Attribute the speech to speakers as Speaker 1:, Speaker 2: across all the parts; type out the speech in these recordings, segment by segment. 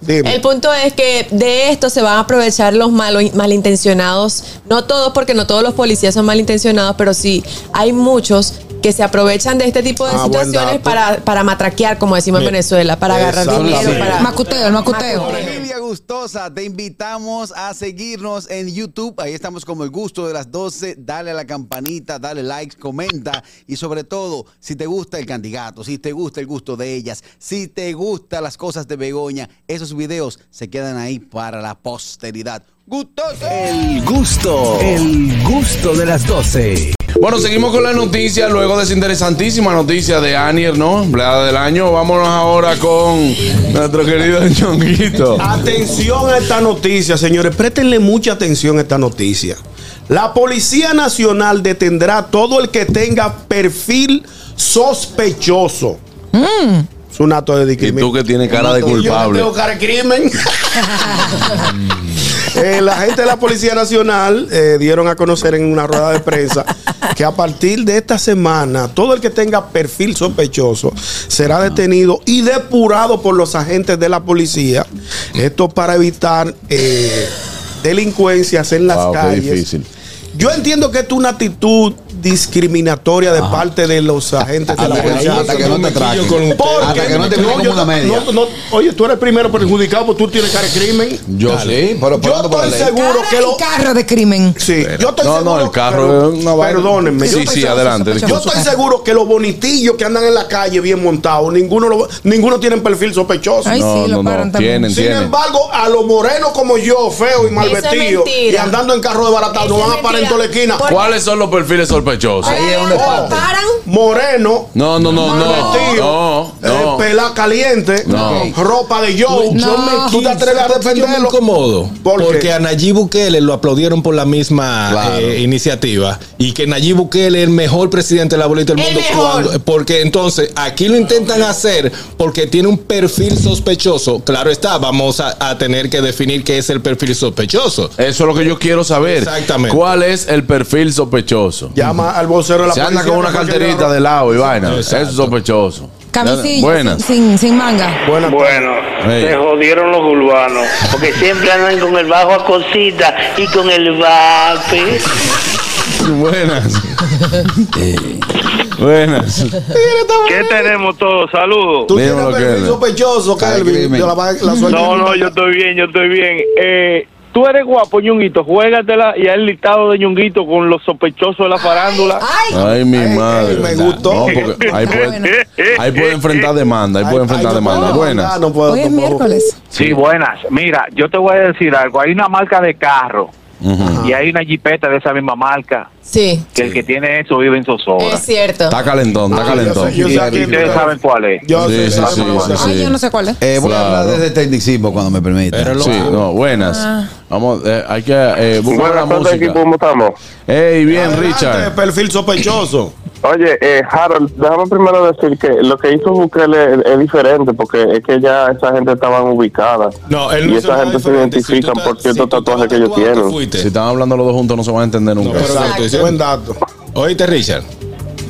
Speaker 1: Dime.
Speaker 2: El punto es que de esto se van a aprovechar los malos, malintencionados. No todos, porque no todos los policías son malintencionados, pero sí hay muchos que se aprovechan de este tipo de
Speaker 1: Ah, buen
Speaker 2: situaciones
Speaker 1: dato.
Speaker 2: para, para matraquear, como decimos en
Speaker 1: Mira,
Speaker 2: Venezuela, para agarrar
Speaker 1: exactamente.
Speaker 2: dinero. Para...
Speaker 3: Macuteo, el macuteo.
Speaker 4: Olivia Gustosa, te invitamos a seguirnos en YouTube. Ahí estamos como el gusto de las 12. Dale a la campanita, dale like, comenta. Y sobre todo, si te gusta el candidato, si te gusta el gusto de ellas, si te gustan las cosas de Begoña, esos videos se quedan ahí para la posteridad. ¡Gustosa!
Speaker 5: El gusto, el gusto de las 12.
Speaker 6: Bueno, seguimos con la noticia luego de esa interesantísima noticia de Anier, ¿no? Empleada del año. Vámonos ahora con nuestro querido Ñonguito.
Speaker 1: Ah, Atención a esta noticia, señores. Préstenle mucha atención a esta noticia. La Policía Nacional detendrá a todo el que tenga perfil sospechoso. Es un acto de
Speaker 6: Y tú
Speaker 1: discriminación.
Speaker 6: que tienes cara de
Speaker 1: Y yo no
Speaker 6: culpable.
Speaker 1: tengo cara de crimen. Eh, la gente de la Policía Nacional eh, dieron a conocer en una rueda de prensa que a partir de esta semana todo el que tenga perfil sospechoso será detenido y depurado por los agentes de la policía. Esto para evitar eh, delincuencias en las
Speaker 6: Wow, qué
Speaker 1: calles.
Speaker 6: difícil.
Speaker 1: Yo entiendo que esto es una actitud discriminatoria de parte de los agentes de la
Speaker 4: Hasta que-
Speaker 1: policía.
Speaker 4: hasta que no te atraquen.
Speaker 1: Porque-
Speaker 4: Hasta que no te pongan
Speaker 1: yo-
Speaker 4: una media.
Speaker 1: no, no, oye, tú eres primero perjudicado porque tú tienes cara de crimen.
Speaker 6: Yo sí,
Speaker 1: Yo
Speaker 6: pero por
Speaker 1: estoy
Speaker 6: la ley.
Speaker 1: seguro que lo.
Speaker 3: y carro de crimen.
Speaker 1: Sí, yo estoy
Speaker 6: No,
Speaker 1: seguro.
Speaker 6: no, el carro
Speaker 1: pero-
Speaker 6: es una vaina.
Speaker 1: Perdónenme.
Speaker 6: Sí,
Speaker 1: yo,
Speaker 6: sí, adelante.
Speaker 1: yo estoy seguro que los bonitillos que andan en la calle bien montados, ninguno, lo- ninguno tiene perfil sospechoso.
Speaker 3: Ay,
Speaker 6: No,
Speaker 3: sí, lo
Speaker 6: no,
Speaker 3: paran
Speaker 6: no.
Speaker 3: también.
Speaker 6: Tienen,
Speaker 1: Sin
Speaker 6: tienen.
Speaker 1: embargo, a los morenos como yo, feo y mal
Speaker 2: Eso es
Speaker 1: vestido, y
Speaker 2: mentira.
Speaker 1: andando en carro de barata,
Speaker 2: Eso
Speaker 1: no van
Speaker 2: es
Speaker 1: a parar en toda la esquina.
Speaker 2: mentira. Por-
Speaker 6: ¿Cuáles son los perfiles sospechosos?
Speaker 2: Ahí
Speaker 4: es donde
Speaker 2: paran.
Speaker 4: parte.
Speaker 1: Moreno,
Speaker 6: No, no, no,
Speaker 1: mal
Speaker 6: no.
Speaker 1: vestido,
Speaker 6: No,
Speaker 1: eh,
Speaker 6: no.
Speaker 1: pelá caliente,
Speaker 6: No.
Speaker 1: ropa de yo.
Speaker 3: No.
Speaker 1: ¿Tú te atreves a
Speaker 7: Yo me
Speaker 1: defenderlo?
Speaker 7: incomodo.
Speaker 1: ¿Por qué?
Speaker 7: porque a Nayib Bukele lo aplaudieron por la misma
Speaker 4: Claro.
Speaker 7: eh, iniciativa. Y que Nayib Bukele es el mejor presidente de la bolita del
Speaker 2: El
Speaker 7: mundo.
Speaker 2: mejor.
Speaker 7: porque entonces aquí lo intentan hacer porque tiene un perfil sospechoso. Claro está, vamos a, a tener que definir qué es el perfil sospechoso.
Speaker 6: Eso es lo que yo quiero saber.
Speaker 7: Exactamente.
Speaker 6: ¿Cuál es el perfil sospechoso?
Speaker 1: Llama al vocero de la
Speaker 6: Se anda
Speaker 1: policía
Speaker 6: con una
Speaker 1: que fue que
Speaker 6: carterita
Speaker 1: agarró.
Speaker 6: de lado y vaina. Eso
Speaker 7: Exacto.
Speaker 6: es sospechoso.
Speaker 3: Camisilla.
Speaker 6: Buenas.
Speaker 3: Sin, sin manga.
Speaker 1: Buenas
Speaker 8: Bueno,
Speaker 6: Ey.
Speaker 8: se jodieron los urbanos, porque siempre andan con el bajo a cosita y con el vape.
Speaker 6: Buenas. Buenas.
Speaker 8: ¿Qué tenemos todos? Saludos.
Speaker 1: Tú
Speaker 6: Dímelo,
Speaker 1: tienes perfil
Speaker 6: Kelvin.
Speaker 1: sospechoso,
Speaker 4: Cara de
Speaker 1: Kelvin.
Speaker 4: crimen.
Speaker 1: Yo la, va- la suelto.
Speaker 8: No, no, yo estoy bien, yo estoy bien. Eh, tú eres guapo, Ñunguito, juégatela y haz el listado de Ñunguito con los sospechosos de la farándula.
Speaker 3: Ay,
Speaker 6: Ay, mi
Speaker 1: Ay,
Speaker 6: madre.
Speaker 1: me gustó. Eh,
Speaker 6: No, porque Ah, ahí puede, ahí puede enfrentar demanda. Ahí
Speaker 1: Ay,
Speaker 6: puede
Speaker 1: ay,
Speaker 6: enfrentar
Speaker 1: no
Speaker 6: demanda.
Speaker 1: puedo,
Speaker 6: Buenas.
Speaker 1: ah, no puedo,
Speaker 3: hoy es
Speaker 1: no puedo.
Speaker 3: miércoles.
Speaker 9: Sí, buenas. Mira, yo te voy a decir algo. Hay una marca de carro y hay una jipeta de esa misma marca
Speaker 2: Sí,
Speaker 9: que el que tiene eso vive en zozobra.
Speaker 2: es cierto.
Speaker 6: Está calentón, está
Speaker 1: Ah,
Speaker 6: calentón.
Speaker 1: yo sé- yo sé a quién-
Speaker 9: Ustedes saben cuál es.
Speaker 1: Yo
Speaker 6: Sí,
Speaker 1: sé,
Speaker 6: sí,
Speaker 1: sabemos
Speaker 6: sí,
Speaker 1: lo que-
Speaker 6: sí.
Speaker 3: Ay, yo no sé cuál es.
Speaker 4: Eh, voy a
Speaker 6: Claro.
Speaker 4: hablar desde tecnicismo cuando me permita.
Speaker 6: Sí, no, buenas. Vamos, eh, hay que eh, buscar la
Speaker 8: Buenas tardes,
Speaker 6: música.
Speaker 8: equipo, ¿cómo estamos?
Speaker 6: Ey, bien,
Speaker 1: Adelante,
Speaker 6: Richard.
Speaker 1: perfil sospechoso.
Speaker 8: Oye, eh, Harold, déjame primero decir que lo que hizo Bukele es, es diferente, porque es que ya esa gente estaban ubicada.
Speaker 7: No, él
Speaker 8: y
Speaker 7: no
Speaker 8: esa
Speaker 7: hizo nada
Speaker 8: gente se
Speaker 7: diferente. Si tú
Speaker 8: identifican
Speaker 7: estás-
Speaker 8: por
Speaker 7: si
Speaker 8: ciertos
Speaker 7: tú estás
Speaker 8: tatuajes que ellos
Speaker 7: tatuado, tú
Speaker 8: tienen.
Speaker 7: fuiste.
Speaker 6: Si están hablando los dos juntos no se van a entender
Speaker 7: No,
Speaker 6: nunca.
Speaker 7: pero
Speaker 1: Exacto.
Speaker 7: que estoy
Speaker 1: Buen
Speaker 7: diciendo.
Speaker 1: dato.
Speaker 7: Oíste, Richard.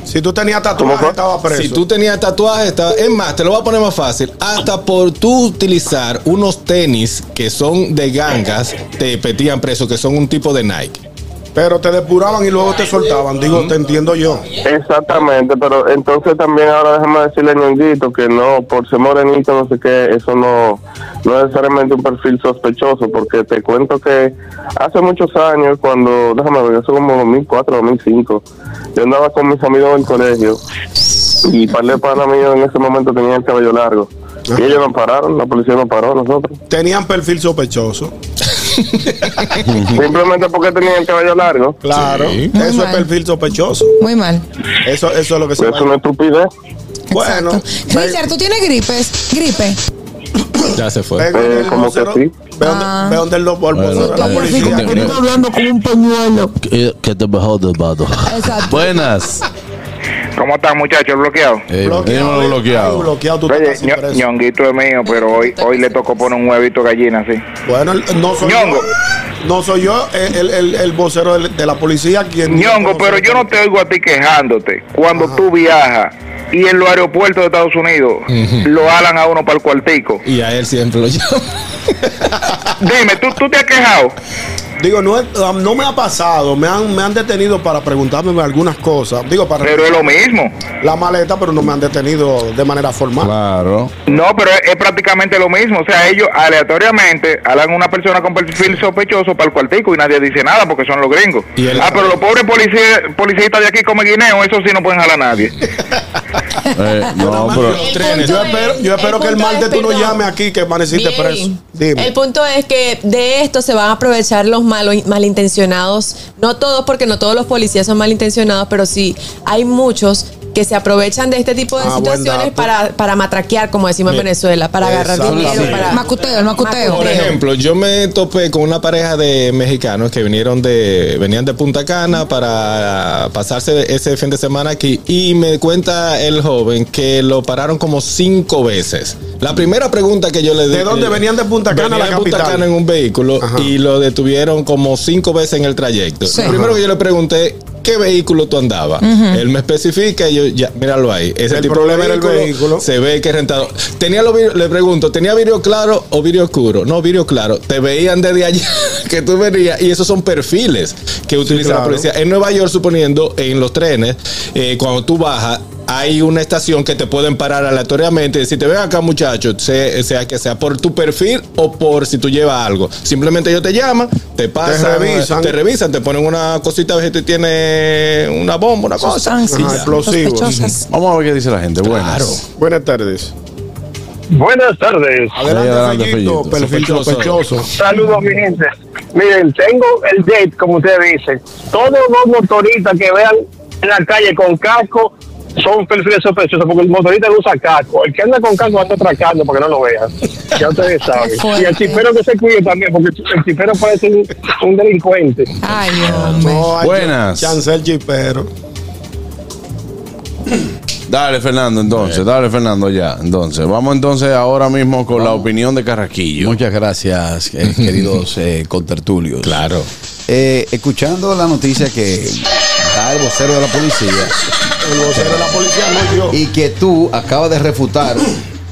Speaker 1: Si tú tenías
Speaker 8: ¿Cómo
Speaker 1: tatuaje,
Speaker 8: fue?
Speaker 1: estaba preso.
Speaker 7: Si tú tenías tatuajes, estaba- es más, te lo voy a poner más fácil. Hasta por tú utilizar unos tenis que son de gangas, te petían preso, que son un tipo de Nike.
Speaker 1: Pero te depuraban y luego te soltaban. Digo, te entiendo yo.
Speaker 8: Exactamente, pero entonces también ahora déjame decirle a Ñonguito que no, por ser morenito, no sé qué, eso no, no es necesariamente un perfil sospechoso, porque te cuento que hace muchos años, cuando, déjame ver, eso como 2004, 2005, yo andaba con mis amigos del colegio y par de panas míos en ese momento tenían el cabello largo. Y ellos nos pararon, la policía nos paró a nosotros.
Speaker 1: Tenían perfil sospechoso.
Speaker 8: Simplemente porque tenían el cabello largo.
Speaker 1: Claro.
Speaker 7: Sí.
Speaker 3: Muy
Speaker 1: Eso
Speaker 3: mal.
Speaker 1: es perfil sospechoso.
Speaker 3: Muy mal.
Speaker 1: Eso, eso es lo que se
Speaker 8: Eso es una estupidez.
Speaker 1: Bueno.
Speaker 3: Exacto. Richard, tú tienes gripes. Gripe.
Speaker 7: Ya se
Speaker 1: ve-
Speaker 7: fue.
Speaker 1: ve donde el
Speaker 8: como que
Speaker 1: vocero-
Speaker 8: sí.
Speaker 1: Ve donde-
Speaker 3: Ah.
Speaker 1: ve donde el do- el vocero de la
Speaker 3: Bueno,
Speaker 1: policía.
Speaker 3: fíjate.
Speaker 1: que-
Speaker 3: hablando con un pañuelo.
Speaker 5: Que, que te mejor del vato.
Speaker 3: Exacto.
Speaker 6: Buenas.
Speaker 9: ¿Cómo estás, muchachos? ¿Bloqueado?
Speaker 6: Ey, dímelo Eh, bloqueado.
Speaker 1: eh. Ay, bloqueado, tú
Speaker 9: Oye,
Speaker 1: estás preso.
Speaker 9: Ñonguito es mío, pero hoy, hoy le tocó poner un huevito gallina, sí.
Speaker 1: Bueno, el- no soy
Speaker 9: Ñongo.
Speaker 1: yo. No soy yo, el, el- el- el vocero del- de la policía quien.
Speaker 9: Ñongo, pero yo no te oigo a ti quejándote. Cuando tú viajas y en los aeropuertos de Estados Unidos lo alan a uno para el cuartico.
Speaker 7: Y a él siempre lo llamo.
Speaker 10: Dime, ¿tú, tú te has quejado?
Speaker 1: Digo, no, es- ah, no me ha pasado. Me han, me han detenido para preguntarme algunas cosas. Digo, para
Speaker 10: Pero es lo mismo.
Speaker 1: la maleta, pero no me han detenido de manera formal.
Speaker 6: Claro.
Speaker 10: No, pero es, es prácticamente lo mismo. O sea, ellos aleatoriamente hablan a una persona con perfil sospechoso para el cuartico y nadie dice nada porque son los gringos.
Speaker 1: Y el-
Speaker 10: Ah, pero los pobres polici- policías de aquí comen guineo, eso sí no pueden jalar a nadie.
Speaker 6: Eh, no,
Speaker 1: Nada más
Speaker 6: pero.
Speaker 1: los
Speaker 2: El
Speaker 1: trenes.
Speaker 2: punto
Speaker 1: Yo
Speaker 2: es-
Speaker 1: espero, yo espero
Speaker 2: el
Speaker 1: que el
Speaker 2: punto
Speaker 1: martes
Speaker 2: es,
Speaker 1: tú no
Speaker 2: perdón.
Speaker 1: llames aquí que amaneciste
Speaker 2: Bien.
Speaker 1: preso. Dime.
Speaker 2: El punto es que de esto se van a aprovechar los malo, malintencionados. No todos, porque no todos los policías son malintencionados, pero sí hay muchos que se aprovechan de este tipo de
Speaker 1: Ah, buen
Speaker 2: situaciones
Speaker 1: dato.
Speaker 2: para, para matraquear, como decimos en
Speaker 1: Mira,
Speaker 2: Venezuela, para agarrar
Speaker 1: exacto.
Speaker 2: dinero.
Speaker 1: Sí.
Speaker 2: Para,
Speaker 3: Macuteo, el macuteo.
Speaker 7: Por ejemplo, yo me topé con una pareja de mexicanos que vinieron de venían de Punta Cana para pasarse ese fin de semana aquí y me cuenta el joven que lo pararon como cinco veces. La primera pregunta que yo le di eh,
Speaker 1: ¿De dónde venían de Punta Cana a la
Speaker 7: Venían de Punta
Speaker 1: capital?
Speaker 7: Cana en un vehículo
Speaker 1: Ajá.
Speaker 7: y lo detuvieron como cinco veces en el trayecto.
Speaker 3: Sí.
Speaker 7: Lo primero que yo le pregunté ¿Qué vehículo tú andabas? Él me especifica y yo, ya, míralo ahí. Ese
Speaker 1: El
Speaker 7: tipo de
Speaker 1: problema era el vehículo.
Speaker 7: se ve que es rentado. Tenía lo vi- le pregunto, ¿tenía vidrio claro o vidrio oscuro? No, vidrio claro. Te veían desde allá que tú venías. Y esos son perfiles que utiliza
Speaker 1: claro.
Speaker 7: la policía. En Nueva York, suponiendo, en los trenes, eh, cuando tú bajas, hay una estación que te pueden parar aleatoriamente y decirte, ven acá muchacho, sea, sea que sea por tu perfil o por si tú llevas algo. Simplemente ellos te llaman, te pasan, te
Speaker 1: revisan.
Speaker 7: revisan, te, ponen una cosita, a ver si te tiene una bomba, una cosa.
Speaker 1: Ajá, explosivos.
Speaker 3: Sospechosas.
Speaker 6: Vamos a ver qué dice la gente. Buenas.
Speaker 1: Buenas tardes.
Speaker 10: Buenas tardes.
Speaker 1: Adelante,
Speaker 6: adelante,
Speaker 1: Fellito,
Speaker 6: Fellito.
Speaker 1: perfil
Speaker 7: Sospechoso.
Speaker 1: sospechoso.
Speaker 10: Saludos, mi gente. Miren, tengo el date, como ustedes dicen. Todos los motoristas que vean en la calle con casco son perfiles sospechosos, porque el motorista no usa casco. El que anda con casco anda atracando porque no lo vean. Ya ustedes saben.
Speaker 3: fuerte.
Speaker 10: Y el chipero que se cuide también, porque el chipero puede ser un, un delincuente.
Speaker 3: Ay, hombre.
Speaker 1: No, hay
Speaker 6: Buenas.
Speaker 1: Chance el chipero.
Speaker 6: Dale, Fernando, entonces. Dale, Fernando, ya. Entonces, vamos entonces ahora mismo con la opinión de Carraquillo.
Speaker 4: Muchas gracias, eh, queridos eh, contertulios.
Speaker 7: Claro.
Speaker 4: Eh, escuchando la noticia que da el vocero de la policía
Speaker 1: El vocero de la policía no yo.
Speaker 4: y que tú acabas de refutar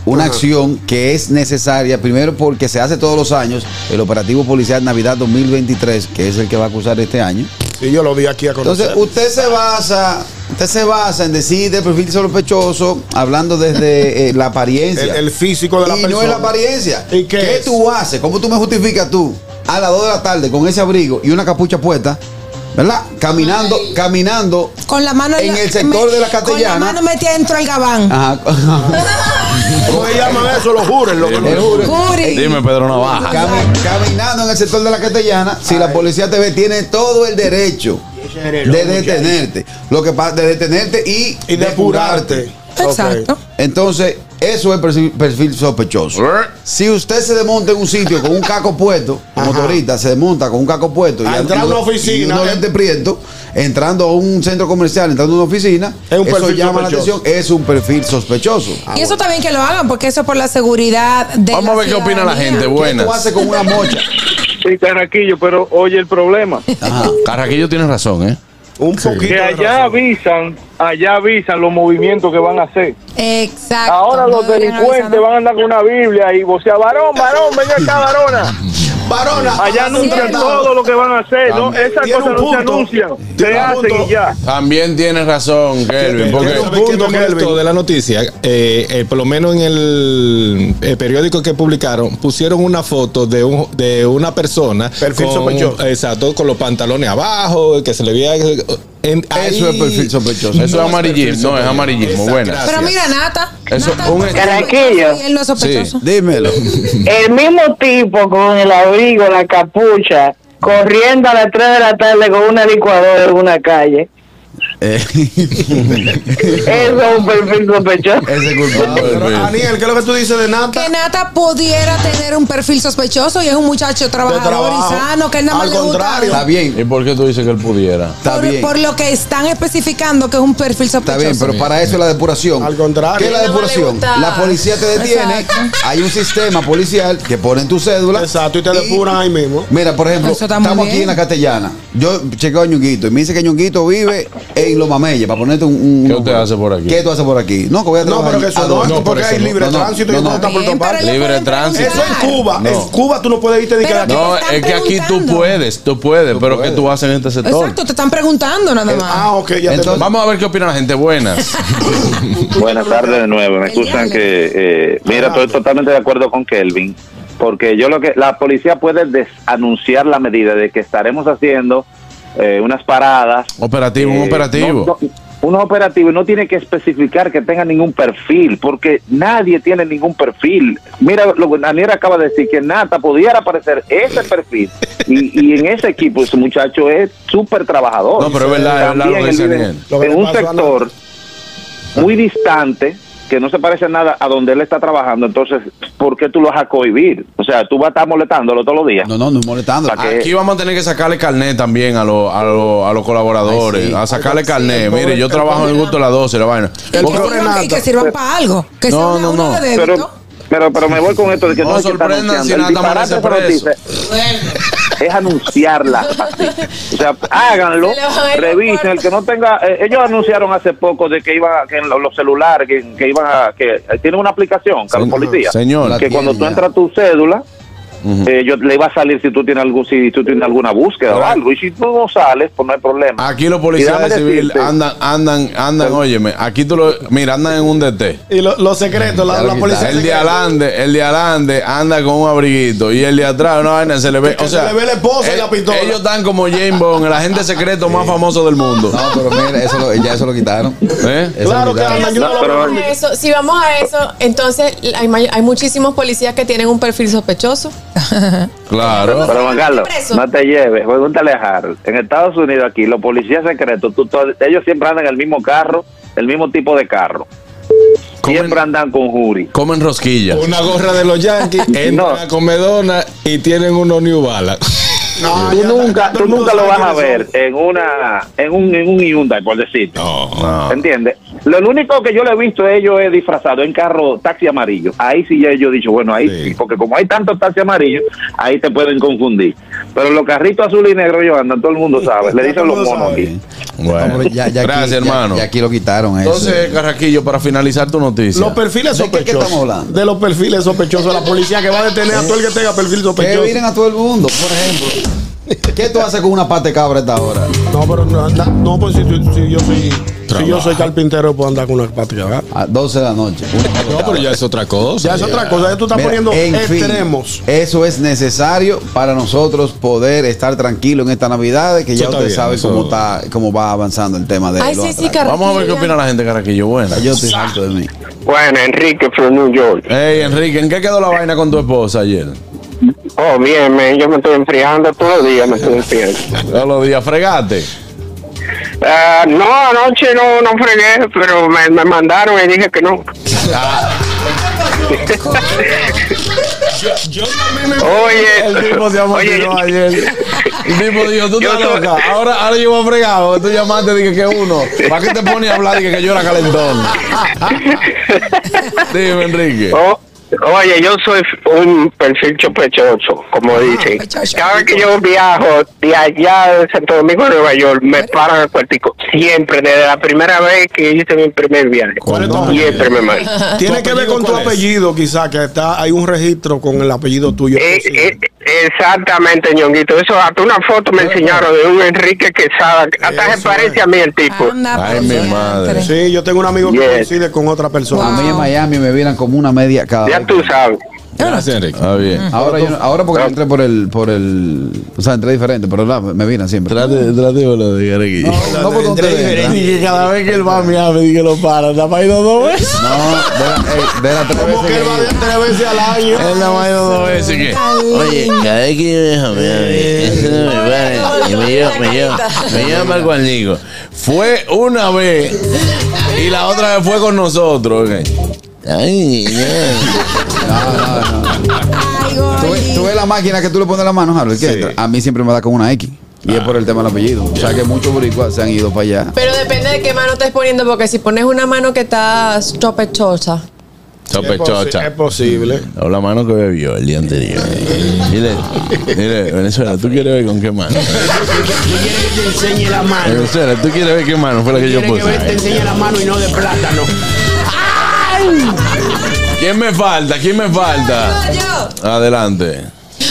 Speaker 4: una acción que es necesaria, primero porque se hace todos los años, el operativo policial Navidad 2023, que es el que va a acusar este año.
Speaker 1: Sí, yo lo vi aquí a conocer.
Speaker 4: Entonces, usted se basa, usted se basa en decir de perfil sospechoso, hablando desde eh, la apariencia.
Speaker 1: el, el físico de la
Speaker 4: y
Speaker 1: persona.
Speaker 4: no es la apariencia.
Speaker 1: ¿Y qué es?
Speaker 4: tú haces? ¿Cómo tú me justificas tú a las 2 de la tarde con ese abrigo y una capucha puesta? ¿Verdad? Caminando, caminando.
Speaker 3: Con la mano
Speaker 4: En el sector de la Castellana. Ah,
Speaker 3: Con la mano metida dentro del gabán.
Speaker 4: Ajá.
Speaker 1: ¿Cómo se llama eso? Los jures. Lo que
Speaker 4: Te
Speaker 6: Eh,
Speaker 4: juro.
Speaker 3: Curi.
Speaker 6: Dime, Pedro Navaja.
Speaker 4: Cami- caminando en el sector de la Castellana, si la policía te ve, tiene todo el derecho de detenerte. Lo que pa- de detenerte y,
Speaker 1: y depurarte.
Speaker 3: Exacto.
Speaker 4: Entonces, eso es perfil, perfil sospechoso. Si usted se desmonta en un sitio con un caco puesto, un motorista se desmonta con un caco puesto
Speaker 1: A entrar Ah, a una
Speaker 4: y-
Speaker 1: oficina,
Speaker 4: y unos
Speaker 1: ¿eh?
Speaker 4: lentes prietos, entrando a un centro comercial, entrando a una oficina,
Speaker 1: Es un
Speaker 4: eso
Speaker 1: perfil
Speaker 4: llama
Speaker 1: sospechoso.
Speaker 4: la atención, es un perfil sospechoso.
Speaker 3: y eso también que lo hagan, porque eso es por la seguridad de
Speaker 6: Vamos a
Speaker 3: la
Speaker 6: ver qué opina la
Speaker 3: ciudadanía.
Speaker 6: gente.
Speaker 4: ¿Qué tú
Speaker 6: Buenas.
Speaker 4: haces con una mocha?
Speaker 9: Sí, Carraquillo, pero oye el problema.
Speaker 4: Ajá.
Speaker 6: Carraquillo tiene razón, ¿eh?
Speaker 1: Un poquito.
Speaker 9: Que
Speaker 1: de
Speaker 9: allá
Speaker 1: razón.
Speaker 9: avisan, allá avisan los movimientos que van a hacer.
Speaker 3: Exacto.
Speaker 9: Ahora
Speaker 3: No
Speaker 9: los
Speaker 3: deberían
Speaker 9: delincuentes
Speaker 3: avisarnos.
Speaker 9: van a andar con una Biblia y vocea, varón, varón, venga acá, varona.
Speaker 1: Varona,
Speaker 9: Allá anuncian
Speaker 3: cierto.
Speaker 9: todo lo que van a hacer, ¿no?
Speaker 6: También.
Speaker 9: Esas
Speaker 1: Tiene
Speaker 9: cosas
Speaker 1: un
Speaker 9: no se
Speaker 1: punto.
Speaker 9: anuncian,
Speaker 1: Tiene
Speaker 9: se
Speaker 1: un
Speaker 9: hacen
Speaker 1: punto.
Speaker 9: y ya.
Speaker 6: También tiene razón, Kelvin. Porque
Speaker 7: Pero ¿sabes
Speaker 1: Tiene un
Speaker 7: qué
Speaker 1: punto,
Speaker 7: me molestó
Speaker 1: Kelvin.
Speaker 7: de la noticia? Eh, eh, por lo menos en el eh, periódico que publicaron, pusieron una foto de, un, de una persona.
Speaker 1: Perfil
Speaker 7: con,
Speaker 1: sospechoso.
Speaker 7: Exacto, con los pantalones abajo, que se le veía. en- ahí-
Speaker 4: Eso es perfil sospechoso.
Speaker 6: Eso es amarillismo, no, es amarillismo.
Speaker 7: Exacto,
Speaker 6: Buenas.
Speaker 7: gracias.
Speaker 3: Pero mira, Nata.
Speaker 6: Eso,
Speaker 3: Nata
Speaker 6: un-
Speaker 3: es sospechoso
Speaker 11: Carraquillo.
Speaker 3: y él no es sospechoso.
Speaker 4: Dímelo.
Speaker 11: El mismo tipo con el abrigo, la capucha, corriendo a las 3 de la tarde con una licuadora en una calle.
Speaker 4: Eh,
Speaker 11: Eso es un perfil sospechoso.
Speaker 4: ese culpable.
Speaker 1: Pero, Aniel, ¿qué es lo que tú dices de Nata?
Speaker 3: Que Nata pudiera tener un perfil sospechoso y es un muchacho trabajador
Speaker 1: trabajo.
Speaker 3: y sano, que él nada más
Speaker 1: Al
Speaker 3: le
Speaker 1: contrario.
Speaker 4: Está
Speaker 3: gusta.
Speaker 4: bien,
Speaker 6: ¿Y por qué tú dices que él pudiera?
Speaker 4: está
Speaker 3: por,
Speaker 4: bien.
Speaker 3: por lo que están especificando que es un perfil
Speaker 4: Está
Speaker 3: sospechoso.
Speaker 4: bien, pero para eso es la depuración.
Speaker 1: Al contrario.
Speaker 4: ¿Qué es la
Speaker 2: Nada más le
Speaker 4: depuración?
Speaker 2: gusta.
Speaker 4: La policía te detiene,
Speaker 3: Exacto.
Speaker 4: hay un sistema policial que pone en tu cédula.
Speaker 1: Exacto, y te depuran ahí mismo.
Speaker 4: Mira, por ejemplo,
Speaker 3: Eso está muy
Speaker 4: estamos aquí
Speaker 3: bien.
Speaker 4: en la Castellana. Yo chequeo a Ñonguito y me dice que Ñonguito vive en Los Mameyes, para ponerte un... un-
Speaker 6: ¿Qué
Speaker 4: un-
Speaker 6: usted hace por aquí?
Speaker 4: ¿Qué tú haces por aquí? No, que voy a
Speaker 1: No,
Speaker 4: trabajar
Speaker 1: pero que
Speaker 4: allí.
Speaker 1: eso
Speaker 4: ¿A
Speaker 1: no,
Speaker 4: dónde?
Speaker 1: no, porque hay
Speaker 4: no.
Speaker 1: libre
Speaker 4: No, no,
Speaker 1: tránsito y
Speaker 4: no,
Speaker 1: eso
Speaker 4: no.
Speaker 1: no está por todas partes.
Speaker 6: Libre tránsito.
Speaker 1: Eso en Cuba.
Speaker 6: No.
Speaker 1: En Cuba tú no puedes irte de que
Speaker 3: Pero
Speaker 1: la-
Speaker 6: No,
Speaker 3: están
Speaker 6: es que aquí tú
Speaker 3: preguntando.
Speaker 6: puedes, tú puedes, pero ¿qué tú haces en este sector?
Speaker 3: Exacto, te están preguntando nada más.
Speaker 1: Ah, ok, ya te
Speaker 6: Entonces, vamos a ver qué opina la gente. Buenas.
Speaker 12: Buenas tardes de nuevo. Me gustan que. eh, mira, estoy totalmente de acuerdo con Kelvin. Porque yo lo que. La policía puede desanunciar la medida de que estaremos haciendo eh, unas paradas.
Speaker 6: Operativo, un
Speaker 12: eh,
Speaker 6: operativo.
Speaker 12: no- no- unos operativos no tiene que especificar que tenga ningún perfil, porque nadie tiene ningún perfil. Mira, lo que Daniel acaba de decir, que Nata pudiera aparecer ese perfil. Y, y en ese equipo, ese muchacho es súper trabajador.
Speaker 6: No, pero es verdad, es verdad lo
Speaker 12: También
Speaker 6: que dice
Speaker 12: él vive
Speaker 6: Daniel.
Speaker 1: Lo que
Speaker 12: En
Speaker 1: le
Speaker 12: un
Speaker 1: pasó a Nata. Ah.
Speaker 12: sector muy distante, que no se parece nada a donde él está trabajando, entonces, ¿por qué tú lo vas a cohibir? O sea, tú vas a estar molestándolo todos los días.
Speaker 4: No, no, no es molestando.
Speaker 12: Para que-
Speaker 6: Aquí vamos a tener que sacarle carnet también a, los a, los a los colaboradores.
Speaker 4: Ay, sí.
Speaker 6: A sacarle
Speaker 1: Ay, sí,
Speaker 6: carnet.
Speaker 1: el
Speaker 6: Mire,
Speaker 1: pobre-
Speaker 6: yo
Speaker 1: el
Speaker 6: trabajo en
Speaker 1: pobre
Speaker 6: el gusto de las 12, la vaina.
Speaker 3: Y que,
Speaker 6: Porque-
Speaker 3: sirvan, y que sirvan para algo. Que
Speaker 6: No,
Speaker 3: sea una,
Speaker 6: no,
Speaker 3: una
Speaker 6: no.
Speaker 3: de
Speaker 12: pero,
Speaker 3: débito.
Speaker 12: pero, pero me voy con esto de que
Speaker 6: No
Speaker 12: no, hay que estar
Speaker 6: sorprendan
Speaker 12: anunciando.
Speaker 6: si
Speaker 12: El
Speaker 6: Nata
Speaker 12: disparate
Speaker 6: amanece
Speaker 12: de esa noticia es anunciarla así. O sea, háganlo,
Speaker 2: Se le va a ir
Speaker 12: revisen.
Speaker 2: la
Speaker 12: El que no tenga, eh, ellos anunciaron hace poco de que iban, a- que en lo- los celulares, que, que iban a, que eh, tienen una aplicación, que los
Speaker 6: Señor,
Speaker 12: policías,
Speaker 6: señor.
Speaker 12: que
Speaker 4: La
Speaker 12: cuando
Speaker 4: tienen
Speaker 12: tú
Speaker 4: ya.
Speaker 12: entras tu cédula,
Speaker 6: Ujú.
Speaker 12: eh, yo le va a salir si tú tienes algún, si tú tienes alguna búsqueda o
Speaker 6: Claro.
Speaker 12: algo. Y si tú no sales, pues no hay problema.
Speaker 6: Aquí los
Speaker 12: Y
Speaker 6: policías
Speaker 12: déjame
Speaker 6: de civil
Speaker 12: decirte-
Speaker 6: andan, andan, andan, óyeme. Aquí tú lo. Mira, andan en un DT.
Speaker 1: Y lo- los secretos, la,
Speaker 4: Ya lo
Speaker 1: la policía.
Speaker 6: El de
Speaker 1: secreta.
Speaker 6: adelante, el de adelante anda con un abriguito y el de atrás una vaina se le ve,
Speaker 1: Que
Speaker 6: o
Speaker 1: se
Speaker 6: sea, eh,
Speaker 1: le ve la esposa y la pistola.
Speaker 6: ellos están como James Bond, el agente secreto más famoso del mundo.
Speaker 4: No, pero mira, eso lo- ya eso lo quitaron.
Speaker 6: ¿Eh?
Speaker 4: Eso
Speaker 1: Claro
Speaker 4: lo
Speaker 1: que
Speaker 4: quitaron.
Speaker 1: andan, yo no lo
Speaker 12: Pero-
Speaker 1: veo.
Speaker 2: Vamos a eso. Si vamos a eso, entonces hay, may- hay muchísimos policías que tienen un perfil sospechoso.
Speaker 6: Claro.
Speaker 12: Pero Juan Carlos,
Speaker 2: Preso.
Speaker 12: no te lleves. Pregúntale a Harold. En Estados Unidos, aquí, los policías secretos, tú to- ellos siempre andan en el mismo carro, el mismo tipo de carro. Siempre andan con jury.
Speaker 6: Comen rosquillas.
Speaker 7: Una gorra de los Yankees, entran
Speaker 12: No.
Speaker 7: a Comedona y tienen unos New Balance.
Speaker 1: No,
Speaker 12: Tú
Speaker 1: ya está.
Speaker 12: nunca,
Speaker 1: Todo
Speaker 12: tú
Speaker 1: el mundo
Speaker 12: nunca lo
Speaker 1: sabe
Speaker 12: vas a
Speaker 1: quiénes
Speaker 12: ver
Speaker 1: son.
Speaker 12: en una en un, en un Hyundai, por decirte.
Speaker 6: No.
Speaker 12: ¿Entiendes? Lo único que yo le he visto a ellos es disfrazado en carro taxi amarillo. Ahí sí ya yo he dicho, bueno, ahí
Speaker 7: Sí.
Speaker 12: sí, porque como hay tantos taxi amarillos, ahí te pueden confundir. Pero los carritos azul y negro ellos andan, todo el mundo sabe.
Speaker 1: Todo
Speaker 12: Le
Speaker 1: el
Speaker 12: dicen los
Speaker 1: mundo
Speaker 12: monos
Speaker 1: sabe.
Speaker 12: aquí.
Speaker 6: Bueno.
Speaker 4: Hombre, ya- ya aquí-
Speaker 6: Gracias,
Speaker 4: ya-
Speaker 6: hermano.
Speaker 4: Ya aquí lo quitaron. eso.
Speaker 6: Entonces, Carraquillo, para finalizar tu noticia.
Speaker 1: Los perfiles
Speaker 4: ¿De qué que
Speaker 1: sospechosos.
Speaker 4: estamos hablando?
Speaker 1: De los perfiles sospechosos. La policía que va a detener a todo el que tenga perfil
Speaker 4: Eh, que
Speaker 1: sospechoso.
Speaker 4: vienen a todo el mundo, por ejemplo. ¿Qué tú haces con una pata de cabra a esta hora?
Speaker 1: No, pero no, na- no, pues si, tú- si yo soy si yo soy carpintero puedo andar con una patria.
Speaker 4: A 12 de la noche. Una pata de
Speaker 7: No, pero
Speaker 4: cabra.
Speaker 7: ya es otra cosa.
Speaker 1: Ya es otra cosa, ya tú estás
Speaker 4: Mira,
Speaker 1: poniendo
Speaker 4: en fin,
Speaker 1: extremos.
Speaker 4: eso es necesario para nosotros poder estar tranquilos en esta Navidad,
Speaker 7: Eso
Speaker 4: que ya
Speaker 7: está
Speaker 4: usted
Speaker 7: bien,
Speaker 4: sabe
Speaker 7: eso-
Speaker 4: cómo está, cómo va avanzando el tema de
Speaker 2: Ay,
Speaker 4: los
Speaker 2: sí, sí,
Speaker 4: atracos.
Speaker 2: Carraquillo.
Speaker 6: Vamos a ver qué opina la gente, Carraquillo. Buena.
Speaker 4: Yo estoy harto de mí.
Speaker 10: Bueno, Enrique from New York.
Speaker 6: Ey, Enrique, ¿en qué quedó la vaina con tu esposa ayer?
Speaker 10: Oh, bien, man, yo me estoy enfriando todos los días, me estoy enfriando.
Speaker 6: Todos los días, fregate.
Speaker 10: Ah, no, anoche no, no fregué, pero me, Pues, me mandaron y dije que no.
Speaker 6: El
Speaker 10: Oye,
Speaker 6: tipo
Speaker 10: oye,
Speaker 6: se amotinó ayer. El tipo dijo, tú
Speaker 10: Yo
Speaker 6: estás
Speaker 10: soy-
Speaker 6: loca. Ahora, ahora yo voy a fregar. porque Tú llamaste, dije que uno. ¿Para qué te pones a hablar? Dije que yo era calentón. Dime, Enrique.
Speaker 10: o- oye, yo soy un perfil sospechoso, como dicen.
Speaker 3: sospechoso.
Speaker 10: Cada vez que yo viajo de allá de Santo Domingo a Nueva York, me paran al cuartico. Siempre, desde la primera vez que hice mi primer viaje.
Speaker 1: ¿Cuál es tu apellido?
Speaker 10: Siempre me mandan.
Speaker 1: Tiene que ver
Speaker 7: apellido
Speaker 1: con tu
Speaker 7: cuál es?
Speaker 1: apellido, quizá, que está, hay un registro con el apellido tuyo.
Speaker 10: Eh,
Speaker 1: Sí.
Speaker 10: eh, exactamente, ñonguito. Eso, hasta una foto me enseñaron de un Enrique Quesada. Hasta se
Speaker 1: Eso
Speaker 10: parece
Speaker 1: es.
Speaker 10: a mí el tipo.
Speaker 3: Anda, pues,
Speaker 6: Ay,
Speaker 3: por
Speaker 6: mi
Speaker 3: diantre.
Speaker 6: madre.
Speaker 1: Sí, yo tengo un amigo que
Speaker 10: eh. Yes.
Speaker 1: coincide con otra persona.
Speaker 4: A mí en Miami me vieran como una media cada
Speaker 10: Ya
Speaker 4: vez.
Speaker 10: tú sabes.
Speaker 7: Gracias, Enrique.
Speaker 6: Ah, bien.
Speaker 4: Ahora, yo no- ahora porque yo entré por el, por el, o sea, entré diferente, pero la- me miran siempre.
Speaker 6: Trate, trate de lo de Enrique.
Speaker 4: no, no, porque ustedes entran.
Speaker 6: Dije que cada vez que él va a Miami, dije que lo para. Nada más ha ido dos veces.
Speaker 4: No, de la, ey, de la tres veces que he ido.
Speaker 1: tres veces al año.
Speaker 6: Él nada más ha ido dos veces. ¿qué?
Speaker 2: Oye,
Speaker 6: cada vez que yo dejo a Miami, eso no me
Speaker 2: vale. Y me lleva- me lleva-
Speaker 6: Me llama el guarnico. Fue una vez y la otra vez fue con nosotros. Ay,
Speaker 3: Ay,
Speaker 4: Tú ves-
Speaker 3: Gordy.
Speaker 4: tú ves la máquina que tú le pones la mano, Harold, ¿qué? A mí siempre me da con una X. Y es por el tema del apellido. O sea que muchos boricuas se han ido para allá.
Speaker 2: Pero depende de qué mano estés poniendo, porque si pones una mano que está sospechosa,
Speaker 6: Sospechosa.
Speaker 1: Es posible.
Speaker 6: O la mano que bebió el día anterior. Dile, dile, Venezuela, ¿tú quieres ver con qué mano?
Speaker 1: quieres que te enseñe la mano.
Speaker 6: Venezuela, ¿tú quieres ver qué mano fue la que yo
Speaker 1: Quieres que ve- te
Speaker 6: puse?
Speaker 1: enseñe la mano y no de plátano. ¡Ay!
Speaker 6: ¿Quién me falta? ¿Quién me falta?
Speaker 2: Yo.
Speaker 6: Adelante.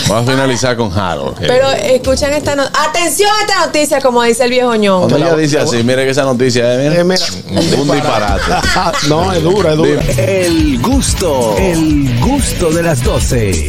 Speaker 6: Voy a finalizar con Harold.
Speaker 2: Pero escuchan esta noticia. Atención a esta noticia, como dice el viejo ñongo.
Speaker 6: Cuando ella dice así, mire que esa noticia es
Speaker 1: Eh,
Speaker 6: un disparate.
Speaker 1: ah, no, es dura, es dura.
Speaker 5: El gusto, el gusto de las 12.